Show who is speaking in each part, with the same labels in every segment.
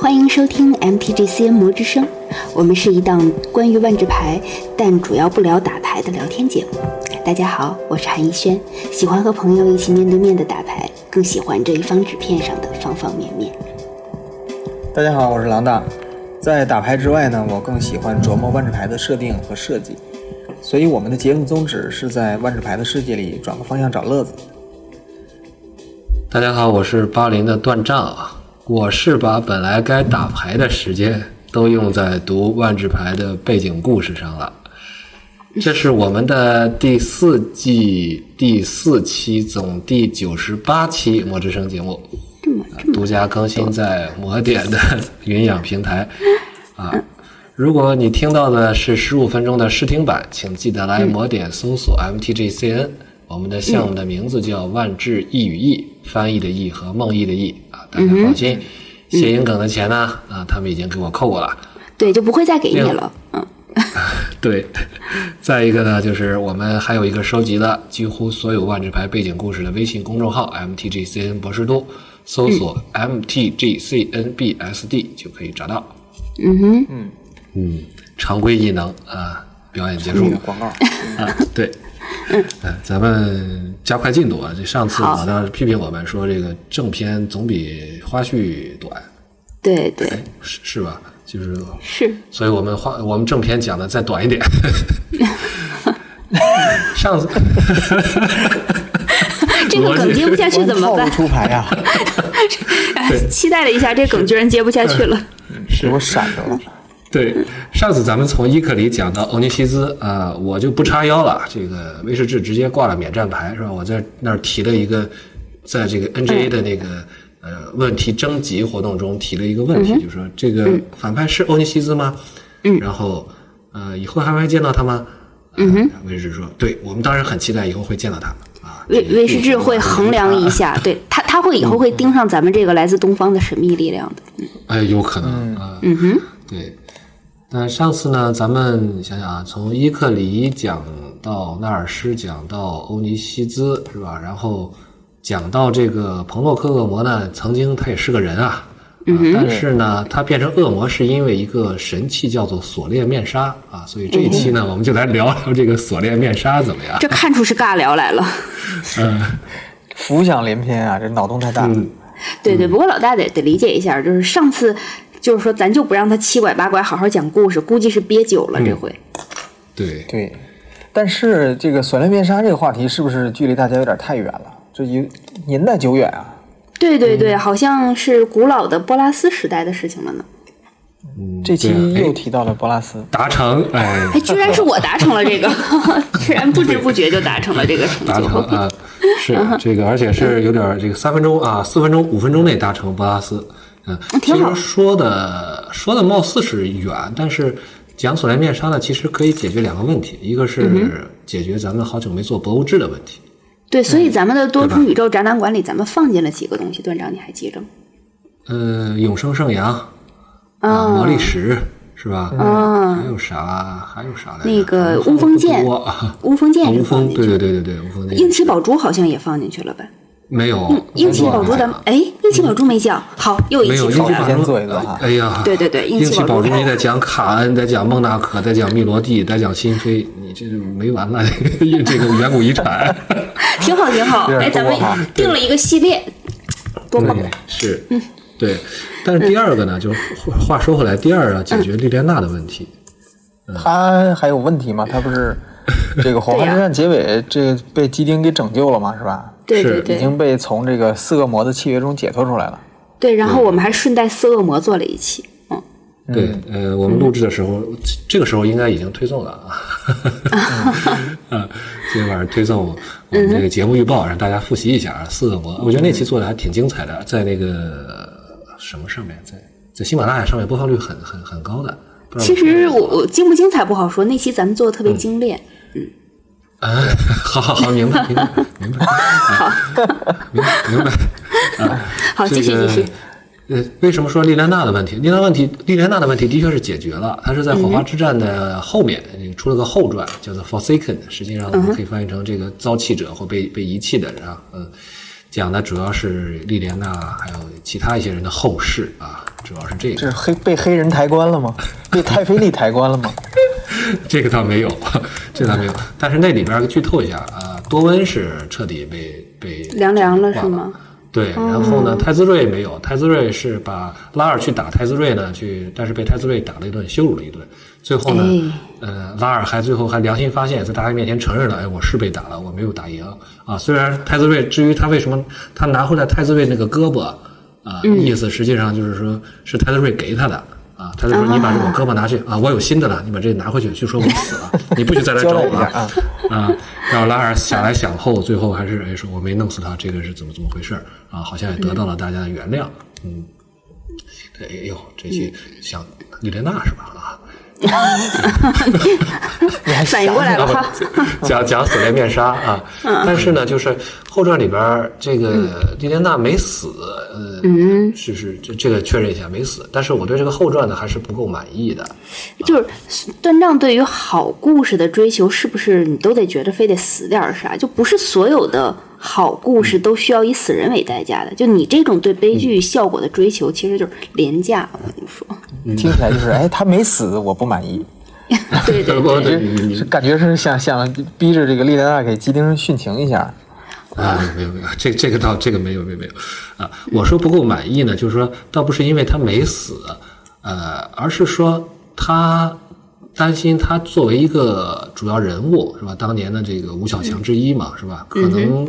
Speaker 1: 欢迎收听 MTGC 魔之声，我们是一档关于万智牌，但主要不聊打牌的聊天节目。大家好，我是韩一轩，喜欢和朋友一起面对面的打牌，更喜欢这一方纸片上的方方面面。
Speaker 2: 大家好，我是狼大。在打牌之外呢，我更喜欢琢磨万智牌的设定和设计，所以我们的节目宗旨是在万智牌的世界里转个方向找乐子。
Speaker 3: 大家好，我是巴林的断账啊，我是把本来该打牌的时间都用在读万智牌的背景故事上了。这是我们的第四季第四期，总第九十八期《魔之声》节目，啊独家更新在魔点的云养平台。啊，如果你听到的是十五分钟的试听版，请记得来魔点搜索 MTGCN。我们的项目的名字叫“万智易与易”，翻译的易和梦忆的易啊，大家放心。谐音梗的钱呢？啊，他们已经给我扣过了。
Speaker 1: 对，就不会再给你
Speaker 3: 另
Speaker 1: 了。嗯，
Speaker 3: 对，再一个呢，就是我们还有一个收集了几乎所有万智牌背景故事的微信公众号 MTGCN 博士都，搜索 MTGCNBSD 就可以找到。
Speaker 1: 嗯哼，
Speaker 3: 嗯，常规异能啊，表演结束
Speaker 1: 嗯
Speaker 2: 这个广告，
Speaker 3: 啊，对。 嗯，咱们加快进度啊！这上次
Speaker 1: 好
Speaker 3: 老大批评我们说，这个正片总比花絮短，
Speaker 1: 对对
Speaker 3: 哎，是是吧？就是
Speaker 1: 是，
Speaker 3: 所以我们话我们正片讲的再短 一点。上次
Speaker 1: 这个梗接不下去怎么
Speaker 2: 光
Speaker 1: 办
Speaker 2: 套？路出牌啊呀、
Speaker 1: 期待了一下，这梗居然接不下去了。
Speaker 2: 给我闪着 了。
Speaker 3: 对上次咱们从伊克里讲到欧尼西斯啊、呃我就不插腰了。这个威士忌直接挂了免战牌是吧？我在那儿提了一个，在这个
Speaker 1: 嗯
Speaker 3: NGA 的那个、呃问题征集活动中提了一个问题，就说这个
Speaker 1: 嗯
Speaker 3: 反派是欧尼西斯吗？嗯，然后呃以后还会见到他吗？嗯哼，威士忌说，对我们当然很期待以后会见到他啊。
Speaker 1: 威威士忌会衡量一
Speaker 3: 下。
Speaker 1: 下，对他他会以后会盯上咱们这个来自东方的神秘力量的。
Speaker 3: 哎，有可能啊。嗯哼，对。那上次呢，咱们想想啊，从伊克里讲到纳尔施，讲到欧尼西兹，是吧？然后讲到这个彭洛克恶魔呢，曾经他也是个人啊，啊但是呢，他变成恶魔是因为一个神器叫做锁链面纱啊。所以这一期呢，我们就来聊聊这个锁链面纱怎么样？
Speaker 1: 这看出是尬聊来了。
Speaker 2: 浮想联翩啊，这脑洞太大
Speaker 1: 嗯
Speaker 2: 了。
Speaker 1: 对对，不过老大得得理解一下，就是上次就是说咱就不让他七拐八拐好好讲故事，估计是憋久了这回。
Speaker 3: 对，
Speaker 2: 对，但是这个锁链面纱这个话题是不是距离大家有点太远了？这有年代久远啊。
Speaker 1: 对对对，好像是古老的波拉斯时代的事情了呢。
Speaker 2: 这期
Speaker 3: 对啊哎
Speaker 2: 又提到了博拉斯，
Speaker 3: 达成，哎，
Speaker 1: 哎，居然是我达成了 这个，居然不知不觉就达成了这个成
Speaker 3: 达成
Speaker 1: 就。
Speaker 3: 啊，是
Speaker 1: 嗯
Speaker 3: 这个，而且是有点儿这个三分钟啊，四分钟、五分钟内达成博拉斯，嗯，其
Speaker 1: 挺
Speaker 3: 实
Speaker 1: 好
Speaker 3: 说的说的貌似是远，但是讲锁链面纱呢，其实可以解决两个问题，一个
Speaker 1: 嗯
Speaker 3: 是解决咱们好久没做博物志的问题，
Speaker 1: 对，所以咱们的多重宇宙展览馆里，咱们放进了几个东西，段长你还记着吗？
Speaker 3: 呃，永生圣阳
Speaker 1: 哦
Speaker 3: 啊，魔力石是吧？还有啥？还有啥来着？
Speaker 1: 那个
Speaker 3: 反正
Speaker 1: 乌风剑
Speaker 3: 不多啊
Speaker 1: 无锋剑
Speaker 3: 啊
Speaker 1: 也
Speaker 3: 乌
Speaker 1: 放
Speaker 3: 风，
Speaker 1: 进
Speaker 3: 对
Speaker 1: 去了，
Speaker 3: 对对对对，无风剑
Speaker 1: 硬气宝珠好像也放进去了吧？
Speaker 3: 没有，啊
Speaker 1: 硬气宝珠
Speaker 3: 没做
Speaker 1: 咱们哎，硬气宝珠没叫，好，又一
Speaker 3: 没有
Speaker 1: 期
Speaker 3: 硬气
Speaker 1: 跑来了
Speaker 2: 硬气
Speaker 3: 宝。
Speaker 2: 先
Speaker 3: 珠
Speaker 2: 做一个哈
Speaker 3: 哎呀，
Speaker 1: 对对对硬
Speaker 3: 硬
Speaker 1: 气
Speaker 3: 气
Speaker 1: 宝
Speaker 3: 宝
Speaker 1: 珠
Speaker 3: 珠，你得讲卡恩，得讲孟纳可，得讲密罗蒂，得讲辛菲，你这就没完了， 这个远古 遗产。
Speaker 1: 挺好，挺好。
Speaker 2: 有点
Speaker 1: 哎，咱们
Speaker 2: 多哈
Speaker 1: 定了一个系列，多棒！
Speaker 3: 对， 是，对。但是第二个呢，就是话话说回来，第二啊，解决莉莲娜的问题，
Speaker 1: 嗯
Speaker 2: 他还有问题吗？他不是这 个黄花之战结尾这被基丁给拯救了吗？是吧？
Speaker 1: 对对
Speaker 3: 是
Speaker 2: 已
Speaker 1: 对
Speaker 2: 经被从这个四恶魔的契约中解脱出来了。
Speaker 1: 对，然后我们还顺带四恶魔做了一期，嗯，
Speaker 3: 对，呃，我们录制的时候，这这个时候应该已经推送了啊， 啊，今天晚上推送我们这个节目预报，让大家复习一下啊。四个魔，我觉得那期做的还挺精彩的，在那个什么上面，在在喜马拉雅上面播放率很很很高的。
Speaker 2: 嗯
Speaker 3: 不知道
Speaker 1: 其实我我精不精彩不好说，那期咱们做的特别精炼，
Speaker 2: 嗯
Speaker 3: 啊，好好好，明白明白明白，好，明白明白。
Speaker 1: 好，继续继
Speaker 3: 这个
Speaker 1: 续，
Speaker 3: 呃，为什么说莉莲娜的问题？莉莲娜问题，莉莲娜的问题的确是解决了，它是
Speaker 1: 嗯
Speaker 3: 在火花之战的后面、嗯出了个后传，叫做 Forsaken，实际上
Speaker 1: 嗯
Speaker 3: 我们可以翻译成这个遭弃者或被被遗弃的呃人啊。嗯，讲的主要是莉莲娜还有其他一些人的后事啊，主要是这
Speaker 2: 这
Speaker 3: 个，
Speaker 2: 是黑被黑人抬棺了吗？ 被太妃丽抬棺了吗？
Speaker 3: 这个倒没有， 这 倒没有。但是那里边儿剧透一下啊，多温是彻底被被
Speaker 1: 凉凉了是
Speaker 3: 忘
Speaker 1: 吗？
Speaker 3: 对，然后呢，太子睿没有，太子睿是把拉尔去打太子睿呢，去，但是被太子睿打了一顿，羞辱了一顿。最后呢，呃，拉尔还最后还良心发现，在大家面前承认了，哎，我是被打了，我没有打赢啊。虽然太子睿，至于他为什么他拿回来太子睿那个胳膊啊，意思实际上就是说是太子睿给他的。啊，太子睿，你把这我胳膊拿去啊！我有新的了，你把这拿回去，就说我死了，你不许再来找
Speaker 2: 交代
Speaker 3: 我
Speaker 2: 一
Speaker 3: 了
Speaker 2: 下啊。
Speaker 3: 啊，然后拉尔想来想后，最后还是哎说我没弄死他，这个是怎么怎么回事儿啊？好像也得到了大家的原谅。嗯，对，哎呦，这期想李莲娜是吧？啊，
Speaker 2: 你还
Speaker 1: 反应
Speaker 2: 想
Speaker 1: 过来
Speaker 3: 啊
Speaker 1: 了哈。
Speaker 3: 不 讲讲死恋面纱啊，但是呢，就是后传里边儿这个莉莲娜没死，呃，
Speaker 1: 嗯，
Speaker 3: 是是这这个确认一下没死，但是我对这个后传呢还是不够满意的。
Speaker 1: 就是断章对于好故事的追求，是不是你都得觉得非得死点儿啥？就不是所有的好故
Speaker 2: 嗯
Speaker 1: 事都需要以死人为代价的。就你这种对悲剧效果的追求，其实就是廉价。我跟你 说，
Speaker 3: 嗯
Speaker 2: 听起来就是，哎，他没死，我不满意，
Speaker 1: 对对
Speaker 3: 不，
Speaker 1: 对，
Speaker 3: 对你你
Speaker 2: 是感觉是想想逼着这个丽莲娜给基丁殉情一下。
Speaker 3: 啊，没有没有，这这个倒这个没有没有没有，啊，我说不够满意呢，就是说倒不是因为他没死，呃，而是说他担心他作为一个主要人物是吧，当年的这个吴小强之一嘛、是吧，可能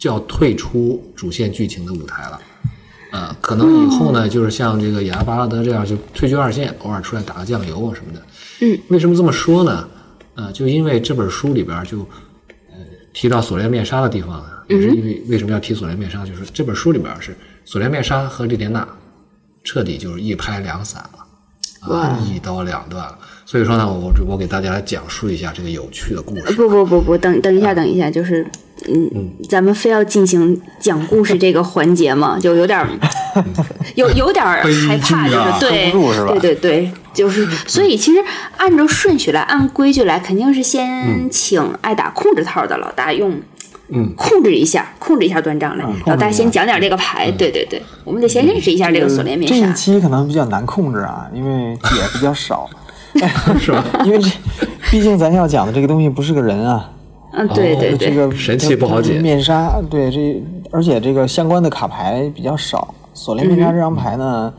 Speaker 3: 就要退出主线剧情的舞台了。呃，可能以后呢，就是像这个雅巴拉德这样，就退居二线，偶尔出来打个酱油啊什么的。
Speaker 1: 嗯，
Speaker 3: 为什么这么说呢？呃，就因为这本书里边儿就呃提到锁链面纱的地方，啊也是因为为什么要提锁链面纱，就是这本书里边儿是锁链面纱和莉莲娜彻底就是一拍两散了。啊，一刀两断了。所以说呢，我我给大家讲述一下这个有趣的故
Speaker 1: 呃
Speaker 3: 事。
Speaker 1: 不不不不，等等一下，等一下，就是，嗯，咱们非要进行讲故事这个环节嘛，就有点 儿，有有点儿
Speaker 3: 悲剧啊
Speaker 1: 害怕，就是对，
Speaker 2: 收不住是吧
Speaker 1: 对对对，就是，所以其实按照顺序来，按规矩来，肯定是先
Speaker 2: 嗯
Speaker 1: 请爱打控制套的老大用，
Speaker 3: 嗯，
Speaker 1: 控制一下，控制一下端章
Speaker 2: 嗯
Speaker 1: 来，老大先讲点这个牌，对对对，我们得先认识一下这个锁链面
Speaker 2: 嗯呃这一
Speaker 1: 纱，
Speaker 2: 期可能比较难控制啊，因为解比较少，
Speaker 3: 是吧？
Speaker 2: 因为这毕竟咱要讲的这个东西不是个人啊。
Speaker 1: 嗯，对对
Speaker 2: 这
Speaker 1: 对，
Speaker 2: 个
Speaker 3: 神器不好解
Speaker 2: 面纱对这，而且这个相关的卡牌比较少。锁链面
Speaker 1: 嗯
Speaker 2: 纱这张牌呢，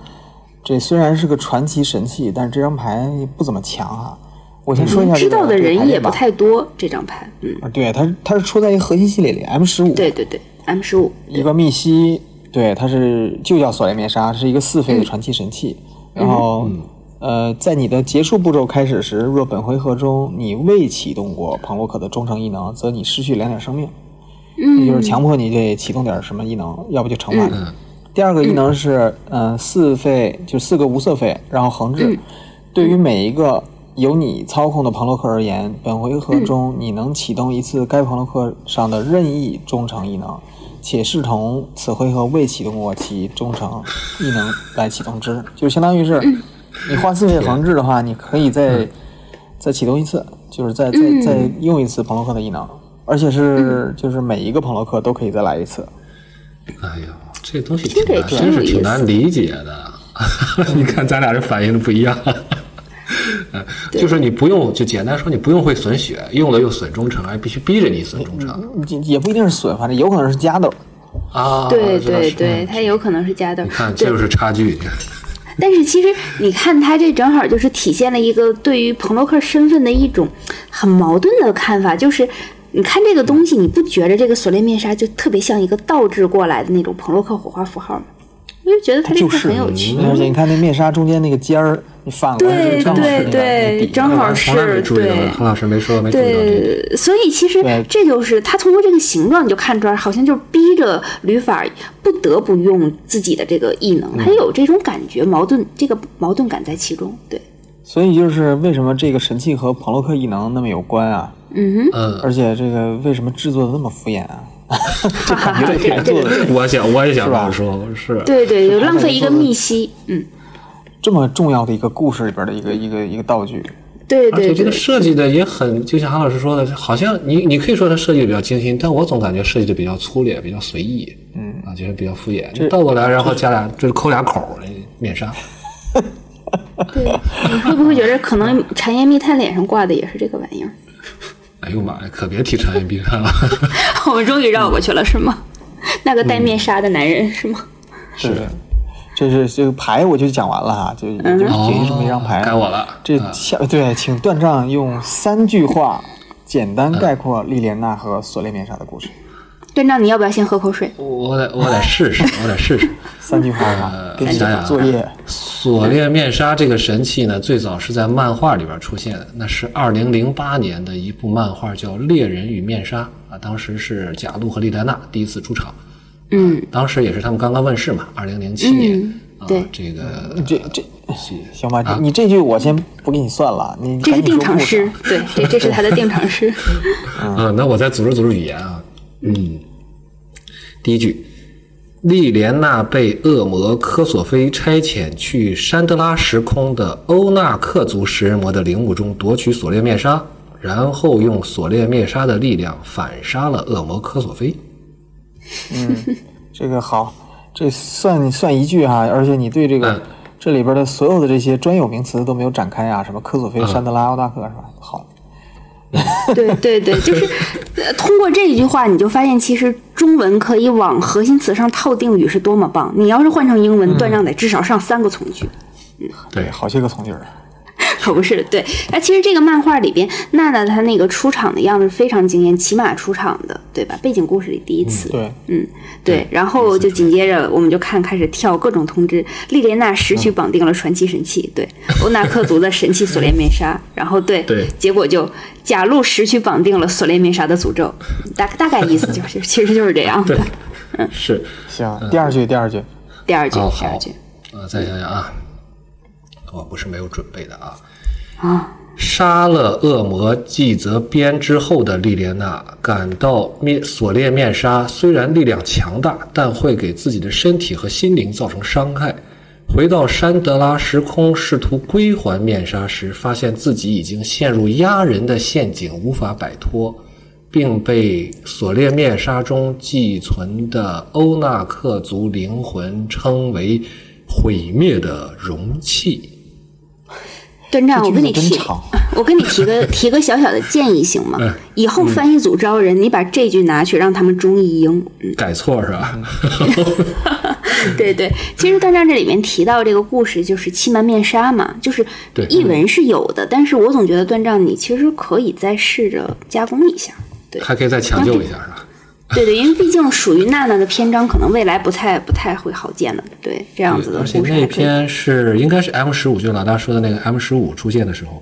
Speaker 2: 这虽然是个传奇神器，但是这张牌不怎么强啊。我先说一下这
Speaker 1: 嗯知
Speaker 2: 个、
Speaker 1: 道的
Speaker 2: 这个排
Speaker 1: 人
Speaker 2: 列
Speaker 1: 也不
Speaker 2: 吧
Speaker 1: 太多，这张牌，嗯，
Speaker 2: 啊对，它是它是出在一个核心系列里，M 十五
Speaker 1: 对对对，M 十五，
Speaker 2: 一个密西，对，它是就叫锁链面纱，是一个四费的传奇神器。然后，呃，在你的结束步骤开始时，若本回合中你未启动过庞洛克的忠诚异能，则你失去两点生命。
Speaker 1: 嗯
Speaker 2: 也就是强迫你得启动点什么异能，要不就惩罚你。
Speaker 3: 嗯
Speaker 2: 第二个异能是，嗯、四费就四个无色费，然后横置。对于每一个由你操控的庞洛克而言，本回合中你能启动一次该庞洛克上的任意忠诚异能，且视同此回合未启动过其忠诚异能来启动之，就相当于是你花四费横置的话，你可以再再启动一次，就是再再再用一次彭洛克的异能，而且是就是每一个彭洛克都可以再来一次。
Speaker 3: 哎呦，这东西挺
Speaker 1: 听着也
Speaker 3: 难，
Speaker 1: 挺
Speaker 3: 真是
Speaker 1: 有意
Speaker 3: 挺
Speaker 1: 思
Speaker 3: 难理解 的。你看咱俩这反应的不一样。嗯就是你不用，就简单说，你不用会损血，用了又损忠诚，还必须逼着你损忠诚
Speaker 2: 也嗯也不一定是损，反正有可能是加斗。
Speaker 3: 啊！
Speaker 1: 嗯对
Speaker 3: 这倒
Speaker 1: 对
Speaker 3: 是
Speaker 1: 对，它有可能是加豆
Speaker 3: 你看，，这
Speaker 1: 对
Speaker 3: 就是差距。
Speaker 1: 但是其实你看，他这正好就是体现了一个对于彭洛克身份的一种很矛盾的看法，就是你看这个东西，你不觉着这个锁链面纱就特别像一个倒置过来的那种彭洛克火花符号吗？我就觉得他这
Speaker 2: 就
Speaker 1: 块
Speaker 2: 是嗯
Speaker 1: 很有趣。
Speaker 2: 而且你看那面纱中间那个尖儿，你反过来
Speaker 1: 对
Speaker 2: 是正好
Speaker 1: 对
Speaker 2: 是那个
Speaker 1: 对，
Speaker 2: 底
Speaker 1: 正好
Speaker 3: 从来没
Speaker 1: 是
Speaker 3: 注意到
Speaker 1: 对，
Speaker 3: 韩老师没说，没注意到这个。
Speaker 1: 对，所以其实
Speaker 2: 对
Speaker 1: 这就是他通过这个形状，你就看出来，好像就逼着吕法不得不用自己的这个异能，他有这种感觉矛盾，这个矛盾感在其中。对，
Speaker 2: 所以就是为什么这个神器和庞洛克异能那么有关啊？
Speaker 1: 嗯
Speaker 3: 嗯，
Speaker 2: 而且这个为什么制作的那么敷衍啊？
Speaker 1: 哼，哈哈，对对对对
Speaker 3: 我想我也想
Speaker 2: 是
Speaker 3: 这
Speaker 2: 吧
Speaker 3: 么说，是
Speaker 1: 对对，就浪费一个密西，嗯，
Speaker 2: 这么重要的一个故事里边的一个一个一个道具，
Speaker 1: 对
Speaker 3: 而且
Speaker 1: 对
Speaker 3: 这个
Speaker 1: 对，
Speaker 3: 设计的也很，就像韩老师说的，好像你你可以说它设计的比较精心，但我总感觉设计的比较粗略，比较随意，嗯啊，就是比较敷衍。就倒过来，然后加俩就是抠俩口儿，哎面纱。
Speaker 1: 对，你会不会觉得可能茶叶密探脸上挂的也是这个玩意儿？
Speaker 3: 哎呦妈呀，可别提茶叶密探了。
Speaker 1: 我们终于绕过去了，是吗？那个戴面纱的男人是吗？
Speaker 2: 是的，这是这个牌我就讲完了哈，就已
Speaker 1: 嗯
Speaker 2: 经结束
Speaker 3: 哦
Speaker 2: 每张牌。
Speaker 3: 该我了。
Speaker 2: 这
Speaker 3: 啊
Speaker 2: 下对，请断账用三句话简单概
Speaker 3: 嗯
Speaker 2: 括莉莲娜和锁链面纱的故事。
Speaker 1: 队长，你要不要先喝口水？
Speaker 3: 我我得我得试试，我得 试试。
Speaker 2: 三句话啊，给你
Speaker 3: 想想啊
Speaker 2: 作业。
Speaker 3: 锁链面纱这个神器呢，最早是在漫画里边出现的，那是二零零八年的一部漫画叫《猎人与面纱》啊，当时是贾露和丽丹娜第一次出场，
Speaker 1: 嗯，
Speaker 3: 当时也是他们刚刚问世嘛，二零零七年、
Speaker 1: 嗯
Speaker 3: 啊
Speaker 1: 对，
Speaker 3: 这个
Speaker 2: 这这
Speaker 3: 戏
Speaker 2: 行吧，这你这句我先不给你算了，你
Speaker 1: 这是
Speaker 2: 赶紧
Speaker 1: 定
Speaker 2: 说
Speaker 1: 场
Speaker 2: 故事
Speaker 1: 诗，对，这这是他的定场诗。
Speaker 3: 啊，那我再组织组织语言啊。嗯，第一句，莉莲娜被恶魔科索菲差遣去山德拉时空的欧纳克族食人魔的陵墓中夺取锁链面纱，然后用锁链面纱的力量反杀了恶魔科索菲。
Speaker 2: 这个好，这算算一句哈、而且你对这个、
Speaker 3: 嗯
Speaker 2: 这里边的所有的这些专有名词都没有展开啊，什么科索菲、山德拉、奥纳克是吧？好，
Speaker 1: 对对对，就是呃通过这一句话，你就发现其实中文可以往核心词上套定语是多么棒。你要是换成英文，断账得至少上三个从句。
Speaker 3: 对，
Speaker 2: 哎好些个从句儿。啊
Speaker 1: 可不是，对。那其实这个漫画里边，娜娜她那个出场的样子是非常惊艳，骑马出场的，对吧？背景故事里第一次，
Speaker 2: 对，
Speaker 1: 嗯，对
Speaker 3: 对。
Speaker 1: 然后就紧接着我们就看开始跳各种通知，莉莲娜识曲绑定了传奇神器，对，欧纳克族的神器锁链面纱，然后对，
Speaker 3: 对
Speaker 1: 结果就假路识曲绑定了锁链面纱的诅咒，大大概意思就是，其实就是这样 的。
Speaker 3: 是。
Speaker 2: 行，第二句，第二句，
Speaker 1: 第二句，
Speaker 3: 哦
Speaker 1: 第二
Speaker 3: 好
Speaker 1: 句，
Speaker 3: 啊，再想想啊，我不是没有准备的啊。
Speaker 1: 啊，
Speaker 3: 杀了恶魔纪泽边之后的莉莲娜感到面锁链面纱虽然力量强大，但会给自己的身体和心灵造成伤害。回到山德拉时空，试图归还面纱时，发现自己已经陷入压人的陷阱，无法摆脱，并被锁链面纱中寄存的欧纳克族灵魂称为“毁灭的容器”。
Speaker 1: 段
Speaker 2: 这
Speaker 1: 长，我
Speaker 2: 句
Speaker 1: 跟
Speaker 2: 子
Speaker 1: 你
Speaker 2: 真
Speaker 1: 提，
Speaker 2: 长。
Speaker 1: 我跟你提个提个小小的建议行吗
Speaker 3: 嗯？
Speaker 1: 以后翻译组招人，你把这句拿去让他们中译英。嗯，
Speaker 3: 改错是吧？
Speaker 1: 对对，其实段章这里面提到这个故事就是欺瞒面纱嘛，就是
Speaker 3: 对
Speaker 1: 译文是有的，但是我总觉得段章你其实可以再试着加工一下。对
Speaker 3: 还可以再抢救一下是吧？
Speaker 1: 对对，因为毕竟属于娜娜的篇章，可能未来不太不太会好见了。对，这样子的
Speaker 3: 而且
Speaker 1: 故事
Speaker 3: 那
Speaker 1: 还可以。
Speaker 3: 篇是应该是 M 十五，就是老大说的那个 M 十五出现的时候，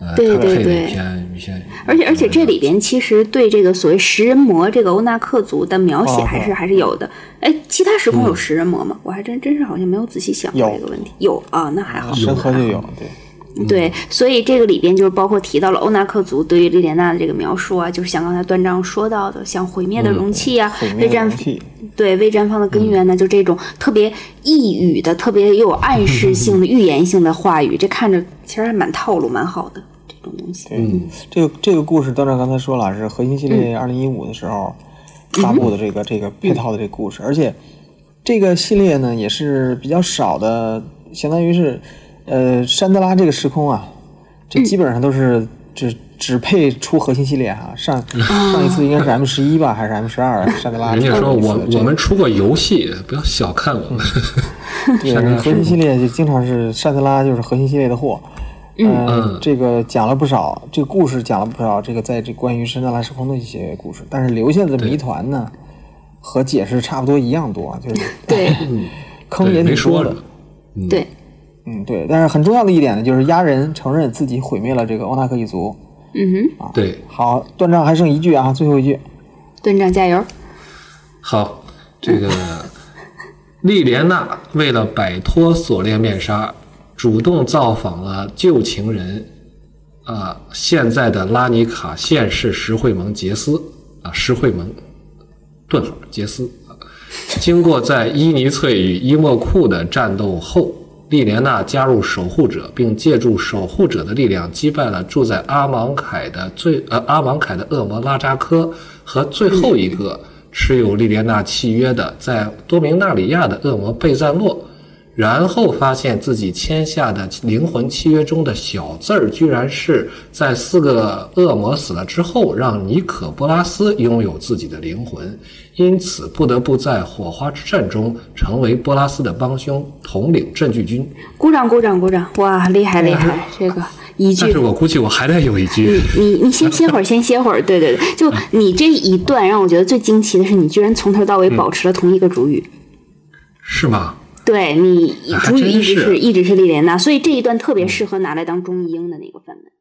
Speaker 3: 呃，
Speaker 1: 对
Speaker 3: 他
Speaker 1: 对
Speaker 3: 配的
Speaker 1: 对
Speaker 3: 一篇一篇，
Speaker 1: 而且而
Speaker 2: 嗯
Speaker 1: 且这里边其实对这个所谓食人魔这个欧纳克族的描写
Speaker 2: 哦嗯
Speaker 1: 还是、还是有的。哎，其他时空有食人魔吗？我还真真是好像没有仔细想过
Speaker 2: 有嗯
Speaker 1: 这个问题。有啊，那还好。
Speaker 2: 神河就有，对，
Speaker 1: 对，所以这个里边就是包括提到了欧纳克族对于莉莲娜的这个描述啊，就是像刚才段章说到的，像毁灭的容器啊，
Speaker 2: 嗯毁
Speaker 1: 未
Speaker 2: 灭的
Speaker 1: 绽
Speaker 2: 容器。嗯
Speaker 1: 对未绽放的根源呢，就这种特别抑语的、特别有暗 示性的、预言性的话语，这看着其实还蛮套路、蛮好的这种东西。
Speaker 2: 嗯，这个这个故事，段长刚才说了，是核心系列二零一五的时候发布的这个、这个配套的这个故事，而且这个系列呢也是比较少的，相当于是呃山德拉这个时空啊，这基本上都是只只配出核心系列哈、上上一次应该是 M 十一吧，还是 M 十二？啊山德拉
Speaker 3: 人家说
Speaker 2: 出过一次
Speaker 3: 我
Speaker 2: 这
Speaker 1: 嗯
Speaker 3: 我
Speaker 2: 个
Speaker 3: 们出过游戏，不要小看我们。
Speaker 2: 嗯对，核心系列就经常是善德拉就是核心系列的货。嗯、
Speaker 3: 嗯
Speaker 2: 这个讲了不少，这个故事讲了不少，这个在这关于圣德拉时空的一些故事，但是留下的谜团呢，和解释差不多一样多，就是
Speaker 1: 对
Speaker 2: 坑也
Speaker 3: 对没
Speaker 2: 挺
Speaker 3: 说
Speaker 2: 多的
Speaker 3: 呢。
Speaker 1: 对，
Speaker 2: 嗯，对，但是很重要的一点呢，就是压人承认自己毁灭了这个欧纳克一族。
Speaker 1: 嗯哼。
Speaker 3: 对，
Speaker 2: 好，断章还剩一句啊，最后一句，
Speaker 1: 队长加油！
Speaker 3: 好，这个莉莲娜为了摆脱锁链面纱，主动造访了旧情人，啊、现在的拉尼卡县市石会盟杰斯啊，石会盟，顿号杰斯。啊经过在伊尼翠与伊莫库的战斗后，莉莲娜加入守护者，并借助守护者的力量击败了住在阿芒凯的最呃阿芒凯的恶魔拉扎科和最后一个持有莉莲娜契约的在多明纳里亚的恶魔贝赞洛。然后发现自己签下的灵魂契约中的小字儿，居然是在四个恶魔死了之后，让尼可波拉斯拥有自己的灵魂，因此不得不在火花之战中成为波拉斯的帮凶，统领镇剧军。
Speaker 1: 鼓掌鼓掌鼓掌！哇，厉害厉害，这个一句
Speaker 3: 但是我估计我还得有一句，
Speaker 1: 你你先歇会儿，先歇会儿。对对对，就
Speaker 3: 嗯
Speaker 1: 你这一段让我觉得最惊奇的是，你居然从头到尾保持了同一个主语。
Speaker 3: 是吗？
Speaker 1: 对你
Speaker 3: 嗯啊还
Speaker 1: 主语
Speaker 3: 真
Speaker 1: 一直
Speaker 3: 是嗯
Speaker 1: 是一直是莉莲娜，所以这一段特别适合拿来当中译英的那个范本。